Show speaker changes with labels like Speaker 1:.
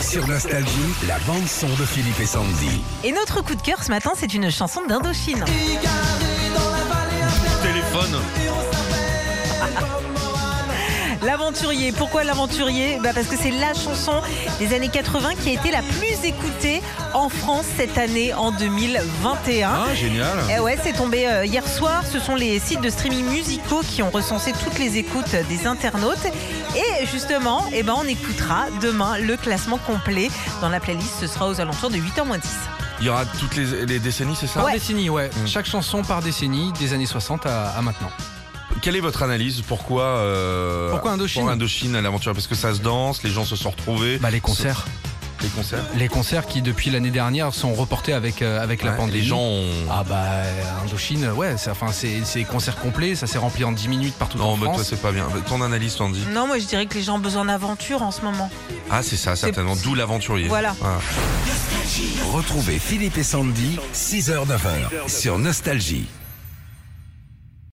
Speaker 1: Sur Nostalgie, la bande-son de Philippe et Sandy.
Speaker 2: Et notre coup de cœur ce matin, c'est une chanson d'Indochine.
Speaker 3: téléphone.
Speaker 2: L'aventurier. Pourquoi l'aventurier bah Parce que c'est la chanson des années 80 qui a été la plus écoutée en France cette année en 2021.
Speaker 3: Ah, génial.
Speaker 2: Eh ouais, c'est tombé euh, hier soir. Ce sont les sites de streaming musicaux qui ont recensé toutes les écoutes des internautes. Et justement, eh ben, on écoutera demain le classement complet dans la playlist. Ce sera aux alentours de 8h moins 10.
Speaker 3: Il y aura toutes les, les décennies, c'est ça
Speaker 4: Par
Speaker 2: Ouais.
Speaker 4: décennie, ouais.
Speaker 3: Mm.
Speaker 4: Chaque chanson par décennie, des années 60 à, à maintenant.
Speaker 3: Quelle est votre analyse Pourquoi euh,
Speaker 4: Pourquoi Indochine
Speaker 3: Pour Indochine à l'aventure Parce que ça se danse, les gens se sont retrouvés.
Speaker 4: Bah, les concerts.
Speaker 3: Les concerts.
Speaker 4: Les concerts qui, depuis l'année dernière, sont reportés avec, euh, avec la
Speaker 3: Ouais,
Speaker 4: pandémie.
Speaker 3: les gens ont...
Speaker 4: Ah bah, Indochine, ouais, c'est enfin, c'est- c'est concert complet, ça s'est rempli en 10 minutes partout
Speaker 3: Non,
Speaker 4: en
Speaker 3: mais toi,
Speaker 4: France.
Speaker 3: c'est pas bien. Ton analyse, Sandy
Speaker 2: Non, moi je dirais que les gens ont besoin d'aventure en ce moment.
Speaker 3: Ah, c'est ça, certainement. D'où l'aventurier.
Speaker 2: Voilà.
Speaker 3: Ah.
Speaker 1: Retrouvez Philippe et Sandy, 6h-9h, sur Nostalgie.